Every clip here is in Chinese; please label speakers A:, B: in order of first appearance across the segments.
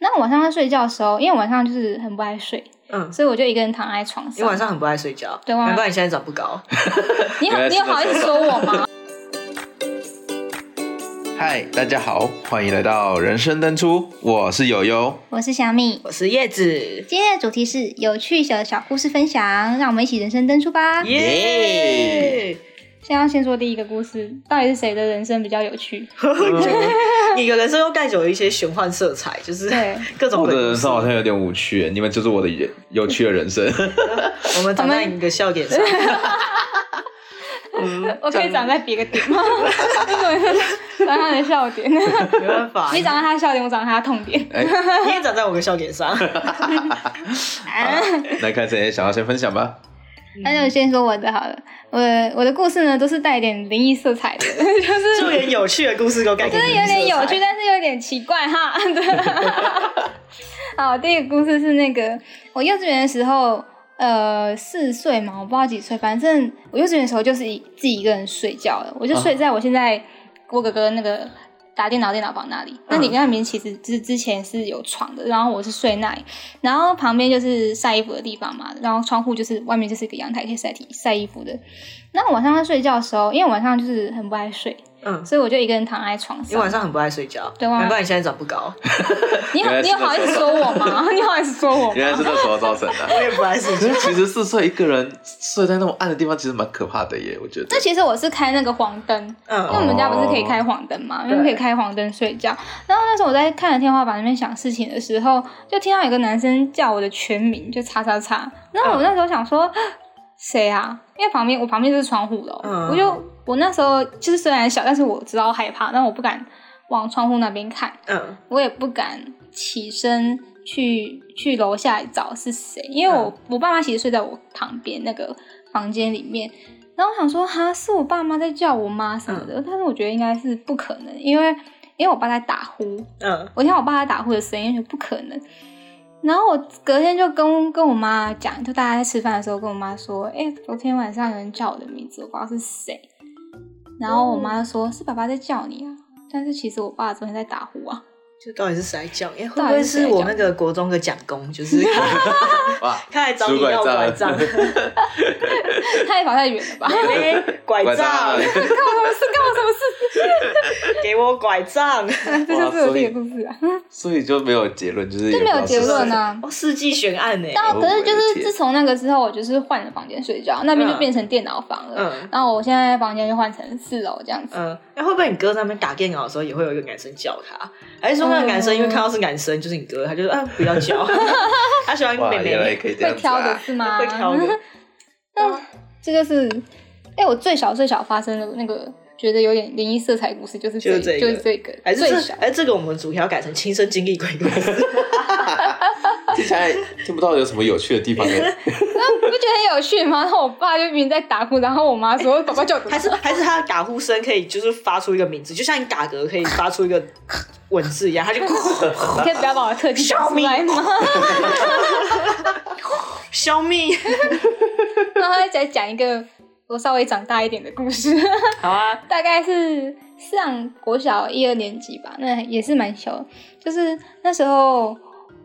A: 但晚上他睡觉的时候，因为晚上就是很不爱睡，
B: 嗯，
A: 所以我就一个人躺在床
B: 你晚
A: 上。
B: 上很不爱睡觉，
A: 对晚上
B: 难怪你现在长不高。
A: 你好，
C: 原来
A: 你
C: 是
A: 有好意思说我吗？
C: 嗨，大家好，欢迎来到人生登出，我是友友。
A: 我是小米。
B: 我是 叶子，
A: 今天的主题是有趣小小故事分享，让我们一起人生登出吧。
B: 耶！
A: 先要先说第一个故事，到底是谁的人生比较有趣？
B: 你的人生又带有一些玄幻色彩，就是
A: 对
B: 各种
C: 我
B: 鬼
C: 的
B: 故
C: 人
B: 事
C: 生好像有点无趣，你们就是我的有有趣的人 生。
B: 我们长在你的笑点上。嗯
A: 我可以长在别个点吗？长在他的笑点，你
B: 没办法，
A: 长在他的笑点，我长在他的痛点。
C: 哎，
B: 你也长在我的笑点 上。
A: 啊
C: 来看谁想要先分享吧。
A: 那就先说我的好了。我的我的故事呢，都是带一点灵异色彩的， 就是
B: 就连有趣的故事都改，真
A: 就是有点有趣，。但是有点奇怪哈。 对，好，第一个故事是那个我幼稚园的时候，呃，四岁嘛，我不知道几岁，反正我幼稚园的时候就是一自己一个人睡觉了，我就睡在我现在我哥哥那个打电脑电脑房那里。那你那边其实之之前是有床的，然后我是睡那里，然后旁边就是晒衣服的地方嘛，然后窗户就是外面就是一个阳台可以晒体晒衣服的。那晚上他睡觉的时候，因为晚上就是很不爱睡，
B: 嗯，
A: 所以我就一个人躺在床
B: 你
A: 上。
B: 晚上很不爱睡觉，
A: 对晚上
B: 难怪你现在长不 高。
A: 你好，
C: 原来
A: 你
C: 是
A: 有好意思说我吗？ 你好意思说我吗？
C: 原来是那时候造成的。
B: 我也不爱睡
C: 可
B: 觉。
C: 是其实四岁一个人睡在那么暗的地方，其实蛮可怕的耶，我觉得
A: 那。其实我是开那个黄灯，因为我
B: 嗯，
A: 们家不是可以开黄灯嘛，因为
B: 对
A: 可以开黄灯睡觉。然后那时候我在看着天花板那边想事情的时候，就听到有个男生叫我的全名，就叉叉叉。然
B: 嗯
A: 后我那时候想说，谁啊？因为旁边我旁边就是窗户楼，
B: 嗯
A: 我就我那时候就是虽然小，但是我知道害怕，但我不敢往窗户那边看。
B: 嗯，
A: 我也不敢起身去去楼下找是谁，因为我、我爸妈其实睡在我旁边那个房间里面。然后我想说，哈，是我爸妈在叫我妈什么的，但是我觉得应该是不可能，因为因为我爸在打呼，
B: 嗯，
A: 我听到我爸在打呼的声音，就不可能。然后我隔天就跟跟我妈讲，就大家在吃饭的时候跟我妈说，哎、昨天晚上有人叫我的名字，我不知道是谁。然后我妈就说，是爸爸在叫你啊，但是其实我爸昨天在打呼啊。
B: 这到底是谁讲？哎，会
A: 到底
B: 不会
A: 是谁
B: 是
A: 讲
B: 我那个国中的蒋公？就是
C: 哇，
B: 他来找你要拐 杖，
A: 太跑太远了吧？
B: 哎，拐杖，
A: 干我什么事？干我什么事？
B: 给我拐杖。
A: 这就是我自己的故事啊，
C: 所以就没有结论，就是
A: 就没有结论
C: 啊。
A: 啊。
B: 哦，世纪悬案呢？
A: 但
C: 哦
A: 可是就
C: 我
A: 是
C: 的天
A: 自从那个之后，我就是换了房间睡觉，那边就
B: 嗯
A: 变成电脑房了。
B: 嗯
A: 然后我现在房间就换成四楼这样子。
B: 嗯，那会不会你哥在那边打电脑的时候，也会有一个男生叫他？还是说那个
A: 哦
B: 男生因为看到是男生，就是你哥，他就说啊不 要叫，他喜欢
C: 哇，
B: 妹
C: 原来
B: 妹，
C: 可以这
A: 会
C: 样子
A: 挑的
C: 啊！
A: 是吗？
B: 会挑的。
A: 这个是，哎，我最小最小发生的那个觉得有点灵异色彩故事，就是
B: 就是
A: 这
B: 这
A: 就
B: 个
A: 是这个
B: 还是
A: 最
B: 这
A: 小。
B: 哎这个我们主题要改成亲身经历鬼故 事，
C: 听起来听不到有什么有趣的地方 耶。
A: 那不觉得很有趣吗？然后我爸就明明在打呼，然后我妈说：“宝宝叫我
B: 还是还是他的打呼声可以就是发出一个名字，就像你打嗝可以发出一个文字一样，他就
A: 你可以不要把我特技讲出来吗？”
B: 消灭。
A: 然后再讲一个我稍微长大一点的故事，
B: 好啊，
A: 大概是上国小一二年级吧，那也是蛮小的，就是那时候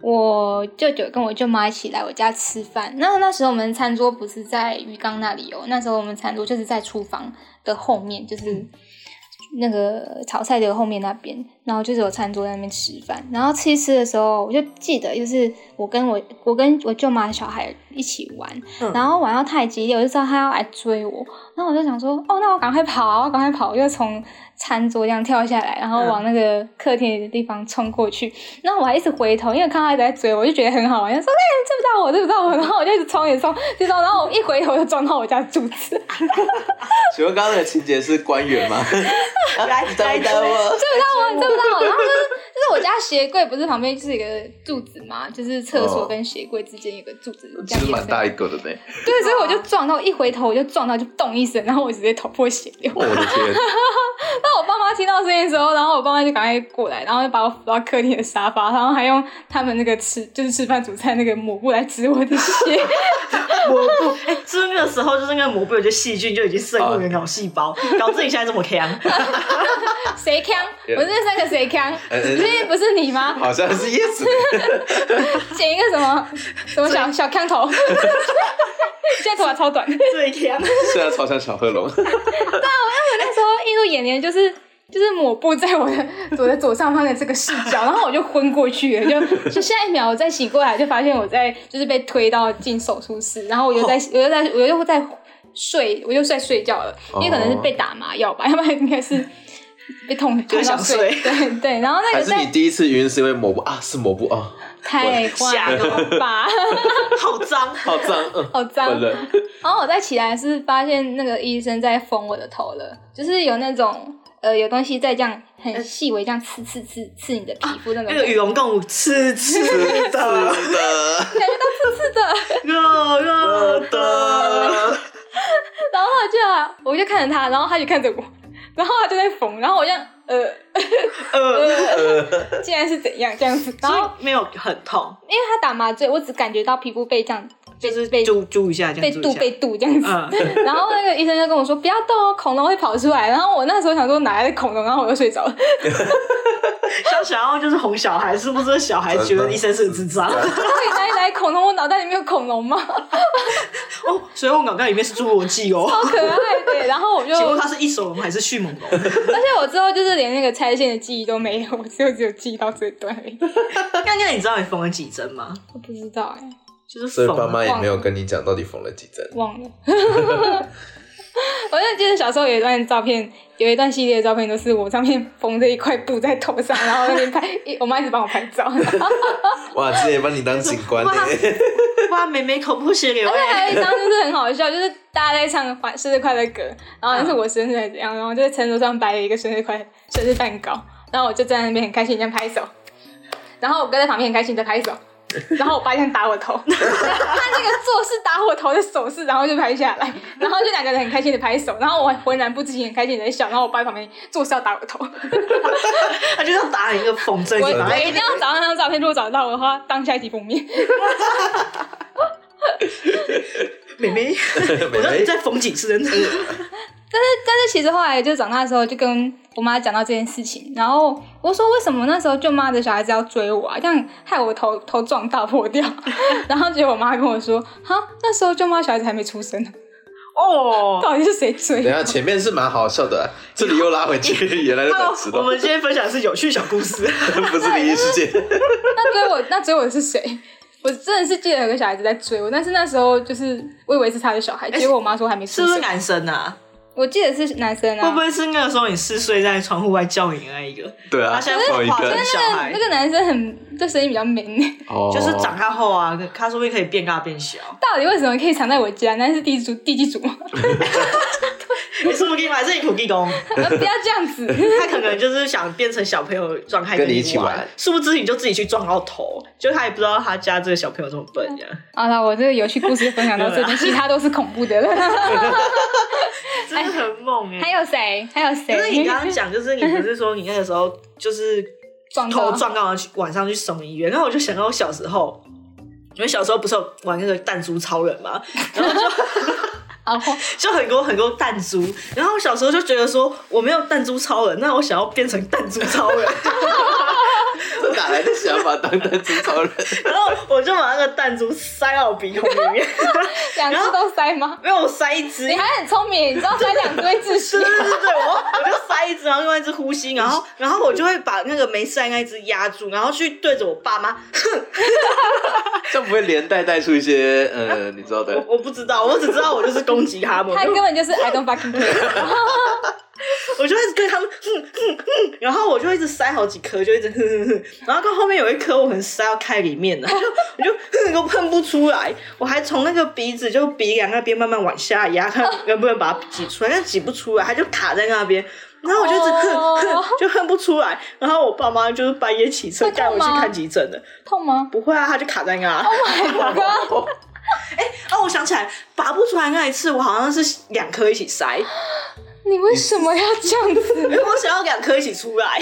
A: 我舅舅跟我舅妈一起来我家吃饭，那那时候我们餐桌不是在鱼缸那里哦，那时候我们餐桌就是在厨房的后面，就是。那个炒菜的后面那边，然后就是有餐桌在那边吃饭，然后吃一吃的时候，我就记得就是我跟我我跟我舅妈的小孩一起玩，
B: 嗯
A: 然后玩到太激烈，我就知道他要来追我，然后我就想说，哦，那我赶快跑啊，我赶快跑，我就从餐桌这样跳下来，然后
B: 嗯
A: 往那个客厅的地方冲过去。然后我还一直回头，因为看到他一直在追我，我就觉得很好玩，就说，哎、你追不到我，追不到我，然后我就一直冲，也冲，就冲，然后我一回头就撞到我家柱子，
C: 请问刚刚的情节是官员吗？
B: 来来
C: 等啊等
A: 追不到
C: 我，
A: 我，追不 到我，然后就是就是我家鞋柜不是旁边就是一个柱子嘛，就是厕所
C: 哦
A: 跟鞋柜之间有个柱子，这
C: 其
A: 样
C: 实
A: 延
C: 蛮
A: 伸
C: 大一个的呢。
A: 对，所以我就撞到，一回头我就撞到就咚一声，然后我直接头破血流。
C: 我的天！
A: 那我爸妈听到声音之后，然后我爸妈就赶快过来，然后就把我扶到客厅的沙发，然后还用他们那个吃就是吃饭煮菜那个抹布来止我的血。
B: 抹布， 啊哎，是不是那个时候就是那个抹布有些细菌就已经渗入你的脑 细胞，导致你现在这么强？
A: 谁扛？我这三个谁扛？
C: 呃
A: 就是是不是你吗？
C: 好像是 yes，
A: 剪一个什么什么小小康 头，现在头发超短。
B: 最强。
C: 是要嘲笑小贺 龙。
A: 那时候映入眼帘就是就是抹布在我的我的左上方的这个视角，然后我就昏过去了，就就下一秒我再醒过来，就发现我在就是被推到进手术室，然后我又在、我又在我又在睡，我又在睡觉了，因为可能是被打麻药吧，要不然应该是被痛痛
B: 就
A: 到
B: 想
A: 睡。
B: 睡
A: 对对，然后那
C: 还
A: 个
C: 是你
A: 在
C: 第一次晕是因为抹布啊？是抹布啊，
A: 太
B: 吓
A: 坏了吧。
B: 好 脏，
C: 好脏，嗯，
A: 好脏
C: 完 了
A: 然后我再起来是发现那个医生在缝我的头了，就是有那种呃有东西在这样很细微这样刺刺刺刺你的皮肤那种
B: 呃啊那
A: 感
B: 个
A: 觉，
B: 与龙共舞，刺刺的，
C: 是的，
B: 热热的
C: 的，
A: 然后他就啊我就看着他，然后他就看着我，然后他就在缝，然后我这样呃
B: 呃，
A: 呃， 竟然是怎样这样子，然后
B: 所以没有很痛，
A: 因为他打麻醉，我只感觉到皮肤被这样被
B: 就是
A: 被
B: 揪揪一下，这
A: 被
B: 样揪
A: 度
B: 一下
A: 被度这样子，
B: 嗯，
A: 然后那个医生就跟我说不要动哦，恐龙会跑出来，然后我那时候想说哪来的恐龙，然后我就睡着了。
B: 小想要就是哄小孩，是不是小孩觉得医生是个智障？
A: 对，来来恐龙，我脑袋里面有恐龙吗？
B: 哦，所以我脑袋里面是侏罗纪哦。
A: 可爱对，然后我就，
B: 请问
A: 而
B: 他是一手龙还是迅猛龙？
A: 且我之后就是连那个拆线的记忆都没有， 我就只有记忆到这段而已。
B: 刚刚你知道你缝了几针吗？
A: 我不知道哎、
B: 就是
C: 所以
B: 缝
C: 爸
B: 了
C: 妈也没有跟你讲到底缝了几针。
A: 忘了。 我就记得小时候有一段照片，有一段系列的照片都是我上面缝着一块布在头上，然后那边拍，一我妈一直帮我拍照。
C: 哇，之前把你当警官呢
B: 哇，哇，妹妹口不血流
A: 而且
B: 哎！
A: 还有一张就是很好笑，就是大家在唱欢生日快乐歌，然后那是我生日还是怎样，然后就在餐桌上摆了一个生日快生日蛋糕，然后我就站在那边很开心这样拍手，然后我哥在旁边很开心在拍手，然后我爸这样打我头，他 那个做事打我头的手势，然后就拍下来，然后就两个人很开心的拍手，然后我浑然不知情很开心的在笑，然后我爸在旁边做事要打我头，
B: 他就像打你一哎个缝针
A: 我
B: 一样，
A: 我一定要找到那张照片，如果找得到的话，当下一集封面。
B: 妹妹，我
C: 妹
B: 说
C: 妹
B: 你再缝几次针？
A: 但是其实后来就长大的时候，就跟我妈讲到这件事情，然后我说为什么那时候舅妈的小孩子要追我啊，这样害我头头撞到破掉。 然后结果我妈跟我说，哈，那时候舅妈小孩子还没出生 呢，
B: 哦，
A: 到底是谁追
C: 等一？下前面是蛮好笑的，啊这里又拉回去原来的本质
B: 我
C: 了，
B: 们今天分享的是有趣小故 事，
C: 不是灵异事件。
A: 那追我，那追我的是谁？我真的是记得有个小孩子在追我，但是那时候就是我以为是他的小孩，结果我妈说还没出
B: 是不
A: 生
B: 哎是。男生啊？
A: 我记得是男生啊，
B: 会不会是那个时候你四岁在窗户外叫你的那一个？
C: 对啊，
B: 他现在
C: 同一
B: 跑
C: 个
B: 成小
A: 那
B: 孩
A: 那，个男生很这声音比较明，
C: 哦
B: 就是长他后啊，他说不定可以变大变小。
A: 到底为什么可以藏在我家？那是地主地基主吗？
B: 你是欸不是给买是你土地公？
A: 不要这样子。
B: 他可能就是想变成小朋友状态
C: 跟你
B: 你
C: 一起玩
B: 玩，殊不知你就自己去撞到头，就他也不知道他家这个小朋友这么笨 呀。
A: 好了，啊我这个有趣故事分享到 这边，其他都是恐怖的 了。
B: 真的很猛哎、
A: 还有谁？还有谁
B: 可？是你刚刚讲，就是你不是说你那个时候就是
A: 撞到
B: 头撞到，然后去晚上去送医院，然后我就想到我小时候。因为小时候不是有玩那个弹珠超人 嘛，然后就
A: 啊！我
B: 就很多很多弹珠，然后我小时候就觉得说我没有弹珠超人，那我想要变成弹珠超人，
C: 这哪来的想法当弹珠超人？
B: 然后我就把那个弹珠塞到我鼻孔里 面，
A: 两只都塞吗？
B: 没有塞一只，
A: 你还很聪明，你知道塞两只会窒息
B: 对。 对对对，我我就塞一只，然后另外一只呼吸，然后然后我就会把那个没塞那一只压住，然后去对着我爸妈，
C: 这样不会连带带出一些呃，你知道
B: 我
C: 的，
B: 我不知道，我只知道我就是攻击 他们，
A: 他
B: 我
A: 根
B: 就
A: 本就是 I don't fucking care。
B: 我就一直跟他们哼哼哼，然后我就一直塞好几颗，就一直哼哼哼，然后到后面有一颗我可能塞到开里面了，就我就哼都喷不出来，我还从那个鼻子就鼻梁那边慢慢往下压，看能不能把它挤出来，但挤不出来，它就卡在那边。然后我就一直哼
A: 哦
B: 哼，就哼不出来。然后我爸妈就是半夜骑车
A: 会痛
B: 带我去
A: 吗
B: 看急诊的，
A: 痛 吗？
B: 不会啊，他就卡在那。哦，我想起来，拔不出来那一次，我好像是两颗一起塞，
A: 你为什么要这样 子？
B: 因为我想要两颗一起出来。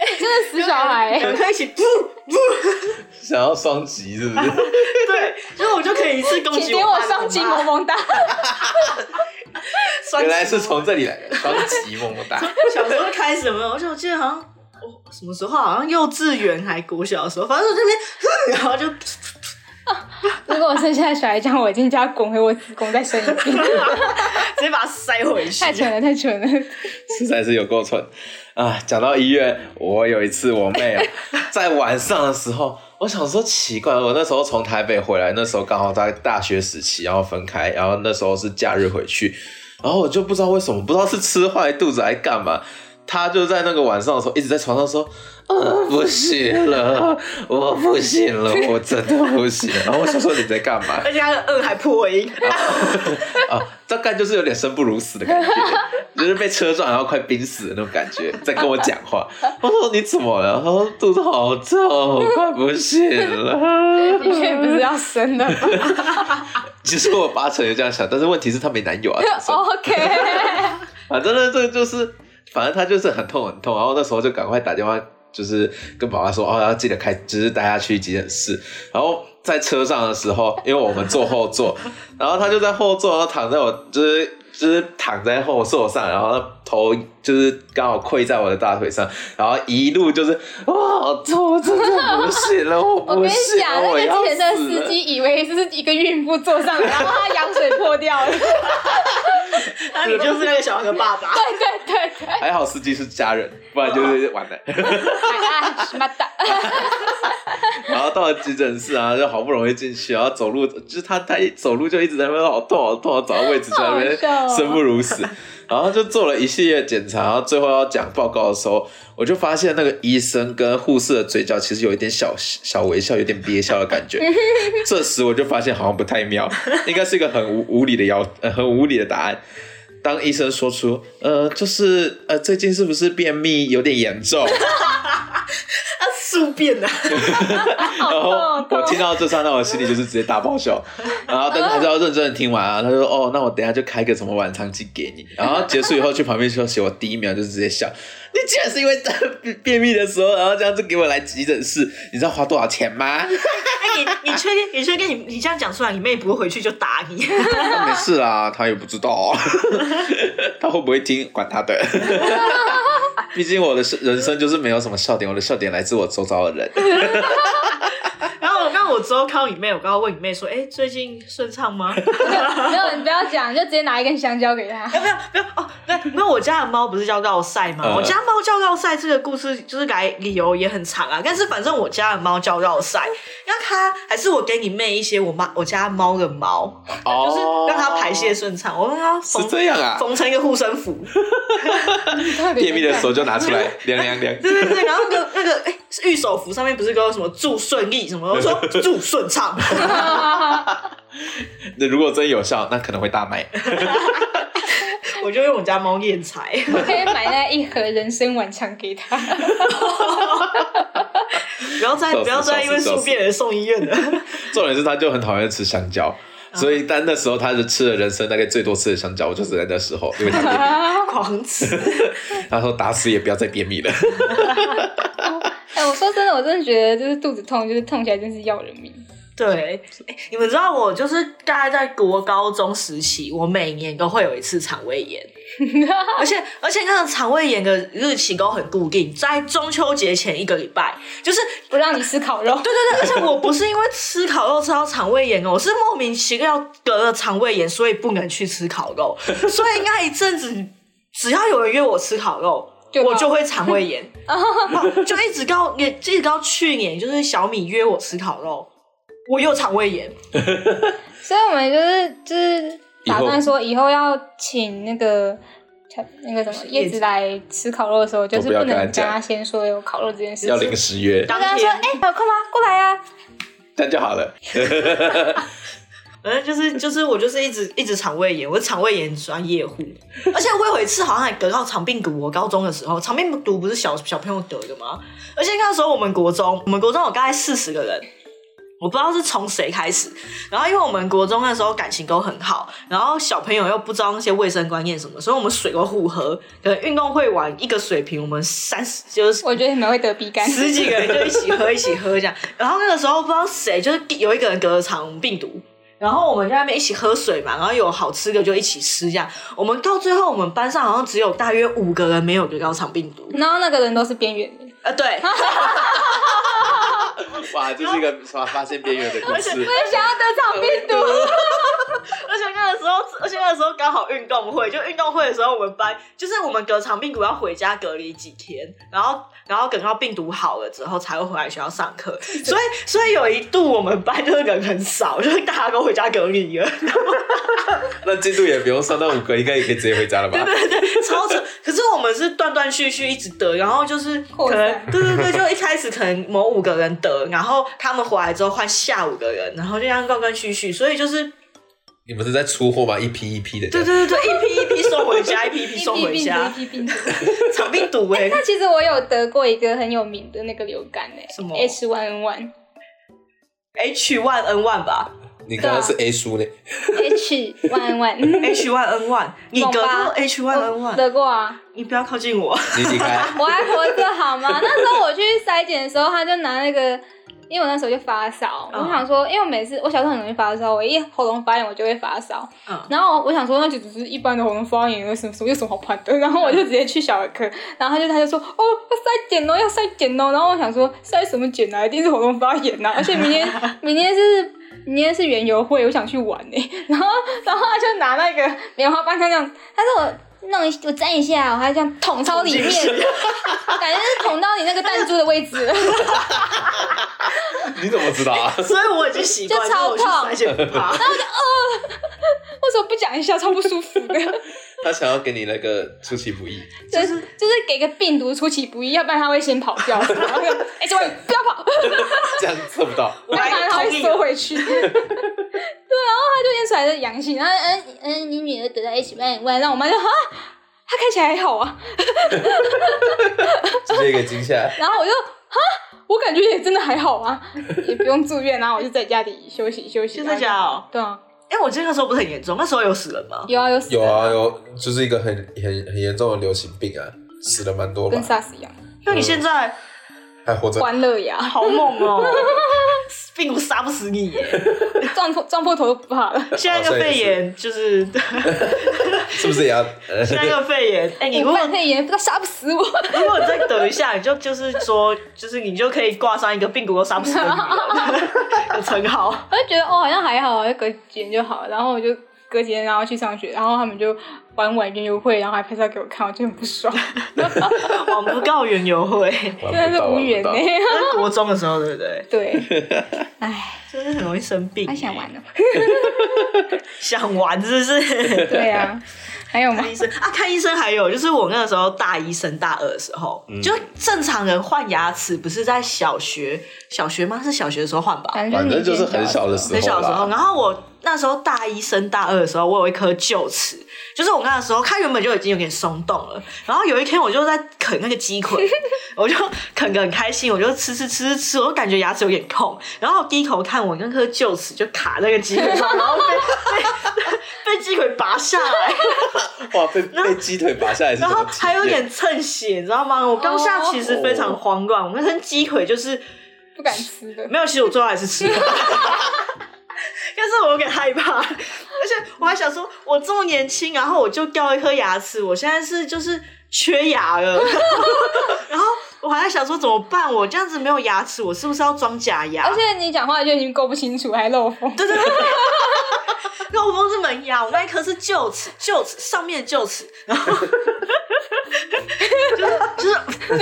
A: 你真的死小孩、
B: 两颗一起，噗
C: 想要双击是 不是？
B: 对，然后我就可以一次攻
A: 请
B: 击
A: 点
B: 我
A: 我
B: 爸
A: 上
B: 跟
A: 金
B: 我
A: 萌
B: 妈
A: 萌哒。
B: 双
C: 原来是
B: 击
C: 从这里来的，双击么么哒。
B: 小时候开始有没有，而且我记得好像我什么时候，好像幼稚园还国小的时候，反正我这边，哼 然后就
A: 如果我生下小孩这样，我一定叫他滚回我子宫再生一次，
B: 直接把它塞回去。
A: 太蠢了，太蠢了。
C: 实在是有够蠢啊！讲到医院，我有一次我妹哦、在晚上的时候，我想说奇怪，我那时候从台北回来，那时候刚好在大学时期，然后分开，然后那时候是假日回去，然后我就不知道为什么，不知道是吃坏肚子还干嘛。她就在那个晚上的时候，一直在床上说：“呃，不行了，我不行了，我真的不行了。”然后我想说你在干嘛？
B: 而且它的嗯还破音，
C: 啊，大概就是有点生不如死的感觉，就是被车撞然后快濒死的那种感觉，在跟我讲话。我说你怎么了？他说肚子好痛，我快不行了。
A: 的确不是要生的。
C: 其实我八成也这样想，但是问题是她没 男友啊。怎么算
A: 哦 OK，
C: 反正呢，这个就是，反正她就是很痛很痛，然后那时候就赶快打电话。就是跟爸爸说哦，要记得开，就是带她去急诊室。然后在车上的时候，因为我们坐后座，然后他就在后座，然后躺在我就是就是躺在后座上，然后头就是刚好跪在我的大腿上，然后一路就是哇，好痛，我真的不行了，我
A: 我跟
C: 不
A: 你
C: 行
A: 讲，
C: 了，
A: 那
C: 我
A: 个
C: 要
A: 计程车
C: 死
A: 司
C: 了。
A: 机以为是一个孕妇坐上，然后他羊水破掉了。对
B: 那你就是那个小孩的爸爸。
A: 对对对，
C: 还好司机是家人，不然就是完 了。
A: 哎哎，妈 的！
C: 然后到了急诊室啊，就好不容易进去，然后走路就是他他一走路就一直在那边说好痛好痛，找到位置就在那边
A: 好笑哦
C: 生不如死，然后就做了一系列检查，然后最后要讲报告的时候，我就发现那个医生跟护士的嘴角其实有一点小小微笑，有点憋笑的 感觉。这时我就发现好像不太妙，应该是一个很无无理的要、呃很无理的答案。当医生说出，呃，就是呃，最近是不是便秘有点严重？
B: 啊，宿便啊！
C: 然后
A: 痛
C: 我听到这刹那，我心里就是直接大爆笑。然后，但是还是要认真的听完啊。他就说：“哦，那我等一下就开个什么晚餐机给你。”然后结束以后去旁边休息，我第一秒就直接笑。你竟然是因为在便秘的时候，然后这样子给我来急诊室，你知道花多少钱吗？
B: 哎、你你确定？你确定你你这样讲出来，你妹不会回去就打你？
C: 那没事啦，他也不知道、 他会不会听，管他的。 毕竟我的是人生就是没有什么笑点，我的笑点来自我周遭的人。
B: 然后我刚我之后看到你妹，我刚刚问你妹说：“哎、最近顺畅吗？”
A: 没有，你不要讲，就直接拿一根香蕉给他。
B: 哎，没有没有哦，对，没有。我家的猫不是叫绕赛吗？
C: 嗯
B: 我家猫叫绕赛这个故事就是来理由也很长啊，但是反正我家的猫叫绕赛，让它还是我给你妹一些我妈我家猫的毛，就是让它排泄顺畅，我让它
C: 是
B: 缝
C: 这样啊。
B: 缝成一个护身符。
C: 便秘的时候就拿出来凉凉凉。
B: 对对对，然后那个那个哎，是御手符上面不是有什么祝顺利什么，我说祝顺畅，
C: 那如果真有效，那可能会大 卖。
B: 我就用我家猫练财。
A: 我可以买那一盒人参晚餐给他。
B: 不要再
C: 笑死
B: 不要再因为
C: 笑死
B: 宿便而送医院了。
C: 重点是他就很讨厌吃香蕉，所以但那时候他是吃了人生大概最多次的香蕉，我就只在那时候，因为他便
B: 狂吃，
C: 秘，他说打死也不要再便秘 了。
A: 哎、我说真的，我真的觉得就是肚子痛，就是痛起来真是要人命。
B: 对，哎你们知道我就是大概在国高中时期，我每年都会有一次肠胃炎，而且而且那个肠胃炎的日期都很固定，在中秋节前一个礼拜，就是
A: 不让你吃烤肉，
B: 对对对，而且我不是因为吃烤肉吃到肠胃炎哦，我是莫名其妙得了肠胃炎，所以不能去吃烤肉，所以那一阵子只要有人约我吃烤肉。
A: 就
B: 我就会肠胃炎，哦就一直到也一直到去年，就是小米约我吃烤肉，我又肠胃炎，
A: 所以我们就是就是
C: 以
A: 打
C: 后
A: 算说以后要请那个那个什么叶子来吃烤肉的时候，就是
C: 都不要
A: 能
C: 跟他
A: 跟
C: 讲
A: 他先说有烤肉这件事
C: 要
A: 情。
C: 临时约，
A: 我跟他说：“
B: 当
A: 哎、有空吗？过来啊
C: 这样就好了。
B: 反正就是就是我就是一直一直肠胃炎，我是肠胃炎专业户，而且我有一次好像还得到肠病毒。我高中的时候，肠病毒不是小小朋友得的吗？而且那时候我们国中，我们国中有大概四十个人。我不知道是从谁开始，然后因为我们国中那时候感情都很好，然后小朋友又不知道那些卫生观念什么，所以我们水都互喝。可能运动会玩一个水瓶，我们三十就是！”
A: 我觉得你们会得鼻干。
B: 十几个人就一起喝，一起喝这样。然后那个时候不知道谁，就是有一个人得了肠病毒，然后我们就在那边一起喝水嘛，然后有好吃的就一起吃，这样。我们到最后，我们班上好像只有大约五个人没有得高肠病毒。
A: 然后那个人都是边缘人，
B: 啊，对，
C: 哇，这是一个发发现边缘的故
B: 而且
C: 事
A: 我。也想要得肠病毒。
B: 而且那个时候，而且那个时候刚好运动会，就运动会的时候，我们班就是我们得肠病毒要回家隔离几天，然后然后等到病毒好了之后才会回来学校上课。所以所以有一度我们班就是人很少，就是大家都回家隔离了，
C: 那进度也不用算，那五个应该也可以直接回家了 吧？
B: 超扯。可是我们是断断续续一直得，然后就是
A: 扩
B: 可能
A: 散
B: 对对对，就一开始可能某五个人得，然后他们回来之后换下五个人，然后就这样断断续续，所以就是。
C: 你们是在出货吗？一批一批的这
B: 对
C: 样。
B: 对对对，一批一批送回家，一批一批
A: 一
B: 送
A: 批
B: 回
A: 病毒，一
B: 家，
A: 批病毒。
B: 肠病毒哎、
A: 那其实我有得过一个很有名的那个流感欸诶、
B: 什么
A: H1N1
B: H one N one 吧
C: 你刚刚是 A 叔嘞，
A: H1N1，
B: ，H one N one，你得
A: 懂
B: 过
A: 吧
B: H one N
A: 我
B: one，
A: 得过啊，
B: 你不要靠近我。
C: 你离开。
A: 我还活着好 吗？那时候我去筛检的时候，他就拿那个。因为我那时候就发烧，
B: 嗯
A: 我想说，因为我每次我小时候很容易发烧，我一喉咙发炎我就会发烧，
B: 嗯，
A: 然后我想说，那就只是一般的喉咙发炎，有什么什么有什么好判的？ 然后我就直接去小儿科，然后他就他就说，哦，要筛检哦，要筛检哦。然后我想说，筛什么检啊？一定是喉咙发炎啊 呐、而且明天明天是明天是园游会，我想去玩呢、 然后然后他就拿那个棉花棒，他这样，他说我弄一我沾一下，我还这样捅到里面，感觉是捅到你那个弹珠的位置了，
C: 你怎么知道啊？
B: 所以我已经习惯，
A: 就超
B: 因为我去筛检不怕。
A: 为什么不讲一下？超不舒服 的。
C: 他想要给你那个出其不意，
A: 就是就是给个病毒出其不意，要不然它会先跑 掉。然后就哎，这位不要跑，
C: 这样测不到。
B: 我
A: 要
B: 还
A: 不然它
B: 同
A: 会
B: 意
A: 缩回 去。对，然后它就验出来是阳性，然后嗯嗯，你女儿得到 H 1 N 1让我妈就哈，她看起来还好啊，
C: 直接给惊吓。
A: 然后我就哈。我感觉也真的还好啊，也不用住院，然后我就在家里休息休息。
B: 就在家哦。
A: 对啊，
B: 哎、我记得那时候不是很严重，那时候有死人吗？
A: 有啊有死
C: 有
A: 人
C: 啊，有，就是一个很很很严重的流行病啊，死了蛮多吧
A: 跟，SARS 一样，
B: 那你现在
C: 还活着。
A: 欢乐呀，
B: 好猛哦、 病毒杀不死你耶！
A: 撞破撞破头都不怕了。
B: 现在这个肺炎 就是，
C: 是不 是也要？呃
B: 现在这个肺炎，哎、你如
A: 武
B: 果
A: 汉肺炎不知道杀不死我，
B: 如果你再等一下，你就就是说，就是你就可以挂上一个病毒都杀不死的女 人，很称号。
A: 我就觉得哦，好像还好，就隔几天就好了。然后我就隔几天，然后去上学，然后他们就玩晚园游会，然后还拍照给我看，我就很不爽，
B: 我们不告园游会，
A: 真
C: 玩不
A: 的是
C: 到
A: 无
C: 玩
A: 缘
C: 不
A: 呢、
C: 到。
B: 在国中的时候，对不对？
A: 对，哎，
B: 就是很容易生病
A: 还，想玩呢。
B: 想玩是不 是？
A: 对啊，还有吗
B: 看？医生啊，看医生还有就是我那个时候大一升大二的时候，就正常人换牙齿不是在小学小学吗？是小学的时候换吧，
A: 反
C: 反
A: 正
C: 正就是
A: 是
C: 很小的时候，
B: 很小的时候，，然后我那时候大一升大二的时候，我有一颗臼齿，就是我那时候它原本就已经有点松动了，然后有一天我就在啃那个鸡腿， 我就啃得很开心，我就吃吃吃吃吃，我就感觉牙齿有点痛，然后低头看我那颗臼齿就卡在那个鸡腿上，然后被 被被鸡腿拔下来，
C: 哇，被被鸡腿拔下来是什
B: 然
C: 么
B: 后
C: 体验
B: 还有点蹭血，你知道吗？我当下其实非常慌乱，我那根鸡腿就是。
A: 不敢吃的。
B: 没有，其实我最后还是吃了，但是我有点害怕，而且我还想说，我这么年轻，然后我就掉一颗牙齿，我现在是就是缺牙了，然后我还在想说怎么办，我这样子没有牙齿，我是不是要装假牙
A: 而？且你讲话就已经够不清楚，还漏 风。
B: 对对对。肉峰是门牙，我那一颗是臼齿，臼齿上面的臼齿，然后就是就是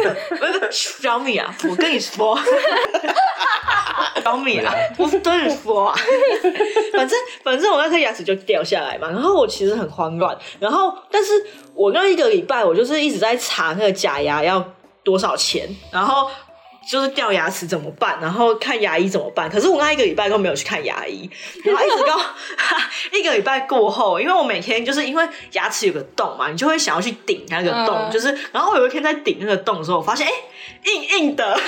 B: 小米啊，我跟你说，小米啊，我跟你说啊，反正反正我那颗牙齿就掉下来嘛，然后我其实很慌乱，然后但是我那一个礼拜我就是一直在查那个假牙要多少钱，然后。就是掉牙齿怎么办？然后看牙医怎么办？可是我那一个礼拜都没有去看牙医，然后一直到 一个礼拜过后，因为我每天就是因为牙齿有个洞嘛，你就会想要去顶那个洞，
A: 嗯
B: 就是然后我有一天在顶那个洞的时候，我发现哎、硬硬的，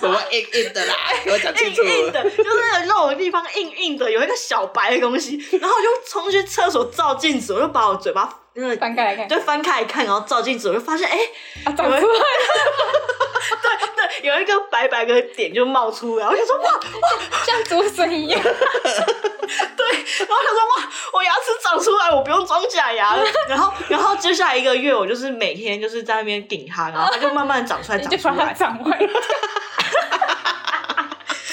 C: 什么硬硬的 啦，给我讲
B: 硬
C: 清楚。
B: 硬的，就是那个肉的地方硬硬的，有一个小白的东 西，然后我就冲去厕所照镜子，我就把我嘴巴那个
A: 翻开来看，
B: 就翻开来看，然后照镜子，我就发现哎、
A: 啊，长出来了，
B: 对，有一个白白的点就冒出来，我想说哇，
A: 像竹笋一样。
B: 对，然后他说哇，我牙齿长出来，我不用装假牙了。然后，然后接下来一个月，我就是每天就是在那边顶它，然后它就慢慢长 出来，
D: 你
B: 长
D: 就
B: 出
D: 把它
B: 来。
D: 长歪。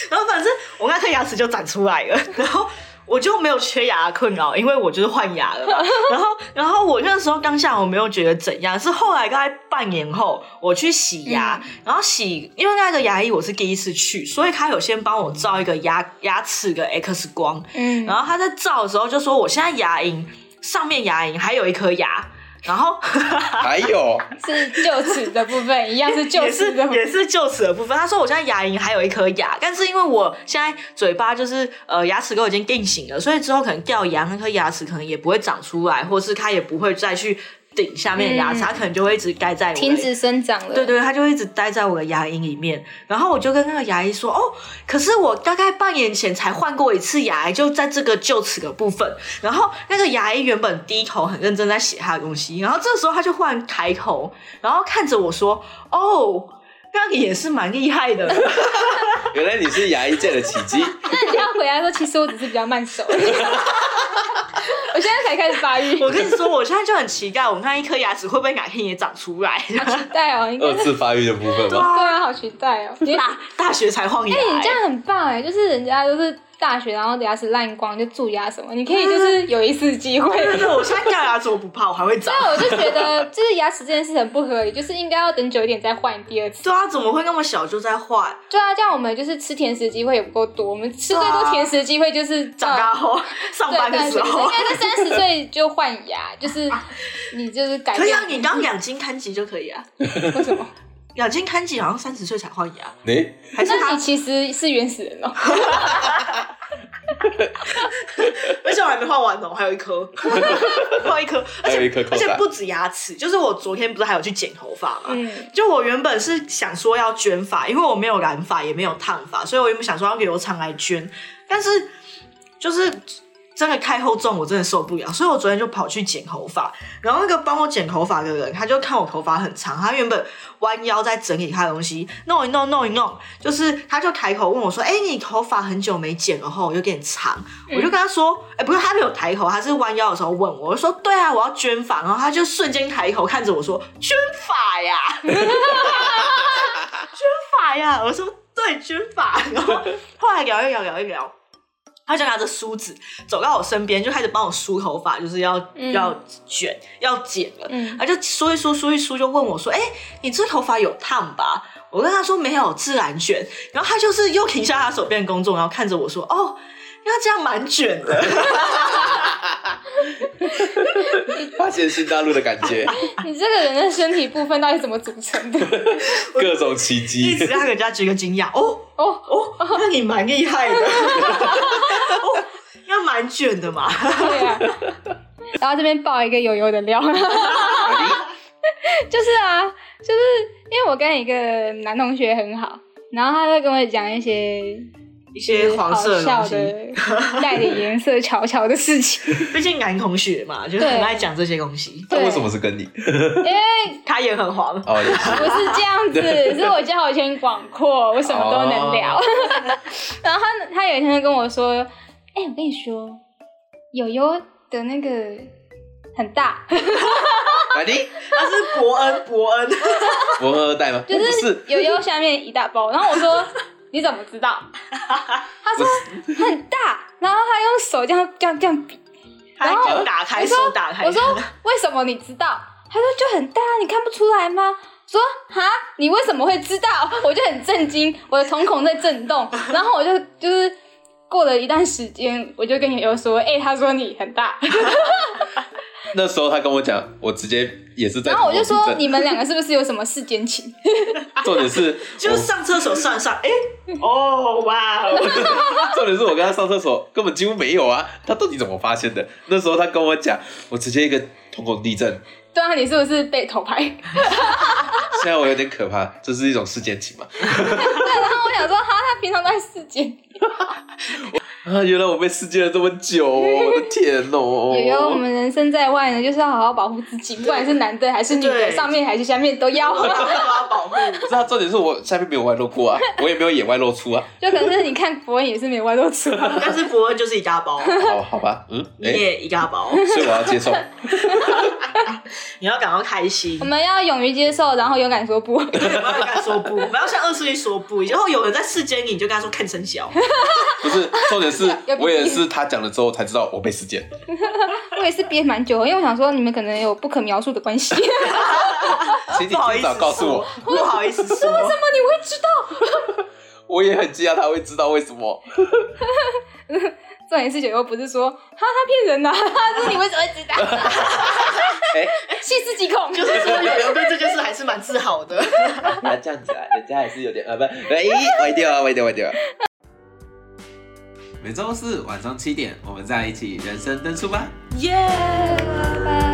B: 然后反正我看它牙齿就长出来了， 然后。我就没有缺牙的困扰，因为我就是换牙了嘛。然后，然后我那时候当下我没有觉得怎样，是后来大概半年后我去洗牙，然后洗，因为那个牙医我是第一次去，所以他有先帮我照一个牙牙齿的 X 光，
A: 嗯
B: 然后他在照的时候就说：“我现在牙龈上面牙龈还有一颗牙。”然后
C: 还有
A: 是臼齿的部分，一样是臼
B: 也是
A: 齿的部分。
B: 也是臼齿的部分，他说我现在牙龈还有一颗牙，但是因为我现在嘴巴就是呃牙齿都已经定型了，所以之后可能掉牙那颗牙齿可能也不会长出来，或是它也不会再去顶下面的牙齿，
A: 嗯
B: 它可能就会一直盖在我的
A: 停止生长了。
B: 对对，它就一直待在我的牙龈里面。然后我就跟那个牙医说：“哦，可是我大概半年前才换过一次牙，就在这个臼齿的部分。”然后那个牙医原本低头很认真在写他的东西，然后这时候他就忽然抬头，然后看着我说：“哦，那你也是蛮厉害的。”
C: 原来你是牙医界的奇迹，
A: 那你就要回来说，其实我只是比较慢熟。 我现在才开始发育，
B: 我跟你说，我现在就很期待，我那一颗牙齿会不会哪天也长出来？
A: 对哦，应该
C: 二
A: 是
C: 次发育的部分吗？
A: 对啊，好期待哦。你
B: 大大学才换牙、
A: 哎、你这
B: 欸
A: 样很棒哎，就是人家都是大学，然后牙齿烂光就蛀牙什么，你可以
B: 嗯
A: 就是有一次机会。
B: 真的，我现在掉牙齿我不怕，我还会长。
A: 但我就觉得，就是牙齿这件事很不合理，就是应该要等久一点再换第二次。
B: 对啊，怎么会那么小就在换？
A: 对啊，这样我们就是吃甜食机会也不够多，我们吃最多甜食机会就是
B: 长大后上
A: 对，
B: 班的
A: 对
B: 时
A: 对
B: 候
A: 应。该在三十岁就换牙，就是你就是改
B: 可以
A: 变
B: 啊，你当两斤看级就可以啊。
A: 哎嗯 为什么？
B: 两斤看级好像三十岁才换牙，
C: 你
B: 还是
A: 那
B: 他
A: 你？其实是原始人哦。
B: 而且我还没换完呢，我还有一 颗，还有一颗，而
C: 还有一
B: 且
C: 颗扣
B: 而且
C: 在
B: 不止牙齿，就是我昨天不是还有去剪头发嘛。
A: 嗯，
B: 就我原本是想说要卷发，因为我没有染发也没有烫发，所以我原本想说要留长来卷，但是就是真的开后重，我真的受不了，所以我昨天就跑去剪头发。然后那个帮我剪头发的人，他就看我头发很长，他原本弯腰在整理他的东西，弄一弄弄一弄，就是他就抬口问我说：“哎、你头发很久没剪了吼，有点长。”我就跟他说：“哎、不是，他没有抬头，他是弯腰的时候问我，我就说：‘对啊，我要卷发。’然后他就瞬间抬头看着我说：‘卷发呀！’” 发呀！我说对，卷发。然后后来聊一聊，聊一聊，他就拿着梳子走到我身边，就开始帮我梳头发，就是要、
A: 嗯
B: 要卷要剪了。
A: 嗯
B: 他就梳一梳，梳一梳，就问我说：“哎、你这头发有烫吧？”我跟他说没有，自然卷。然后他就是又停下他手边的工作，然后看着我说：“哦，那这样蛮卷的。”
C: 发现新大陆的感 觉，
A: 你这个人的身体部分到底怎么组 成的？
C: 各种奇
B: 一
C: 迹
B: 直。让人家觉得惊讶。哦
A: 哦，
B: 哦，那你蛮厉害的。哦，那蛮卷的 嘛。
A: 对啊。然后这边爆一个友友的料， 就是啊，就是因为我跟一个男同学很好，然后他会跟我讲一些
B: 一些黄色的
A: 好
B: 东
A: 笑
B: 西，
A: 的、带点颜色、巧巧的事 情。
B: 毕竟男同学嘛，就是很爱讲这些东西。
C: 那
A: 对
C: 为什么是跟你？
A: 因为
B: 他也很黄，
C: 哦，也是
A: 不是这样子，是我交友圈广阔，我什么都能聊。
C: 哦
A: 然后他他有一天就跟我说：“哎、我跟你说，友友的那个很大，
C: 哪里？
B: 他是伯恩，伯恩，
C: 我二代吗？
A: 就
C: 不
A: 是
C: 是，
A: 友友下面一大包。”然后我说：“你怎么知道？”他说：“很大。”然后他用手这样这样这样比，
B: 他
A: 然后
B: 脚打开，
A: 我说
B: 手打开，
A: 我说为什么你知道？他说就很大，你看不出来吗？说哈，你为什么会知道？ 我就很震惊，我的瞳孔在震动，然后我就就是过了一段时间，我就跟友友说，哎、他说你很大，
C: 那时候他跟我讲，我直接也是在。
A: 然后我就说你，们两个是不是有什么世间情？
C: 重点是，
B: 就是上厕所上上，哎，哦 哇哦，
C: 我重点是我跟他上厕所根本几乎没有啊，他到底怎么发现的？那时候他跟我讲，我直接一个瞳孔 地震，
A: 对啊，你是不是被偷拍？
C: 现在我有点可怕，这是一种世间情嘛？
A: 啊对，然后我想说，哈，他平常都在世间。
C: 啊，原来我被世界了这么 久、哦，我的天哦！
A: 友友，我们人生在外呢，就是要好好保护自己，不管是男的还是女的，
B: 对
A: 上面还是下面都要。
B: 都要保护，
C: 知道重点是我下面没有外露 过啊，我也没有眼外露出啊。
A: 就可能是你看博文也是没歪都啊出来，
B: 但是伯恩就是一大包，
C: 好好吧，嗯，
B: 你
C: 哎、
B: 也一大包，
C: 所以我要接受。
B: 你要感到开心
A: 我。们要勇于接受，然后勇敢说 不。
B: 不要跟他说不，不要向二次元说不。以后有人在世间你，你就跟他说看生肖。
C: 不是，重 点是
A: 有比
C: 我也是他讲了之后才知道我被事件。
A: 我也是憋蛮久的，因为我想说你们可能有不可描述的关系。
C: 请你
B: 不好意思
C: 尽早
B: 说，
C: 告诉我，
B: 啊不好意思 说。
A: 那么你会知道？
C: 我也很惊讶他会知道为什么。
A: 重点是九又不是说哈他骗人呐、 哈是你为什么会知 道？
C: 哎、
A: 细思极恐，
B: 就是 说，有人对这件事还是蛮自豪的。
C: 不要这样子啊，人家还是有点啊，不， 哎，歪掉，歪掉，歪掉。每周四晚上七点，我们在一起人生登出吧。
B: 耶、
A: 拜拜。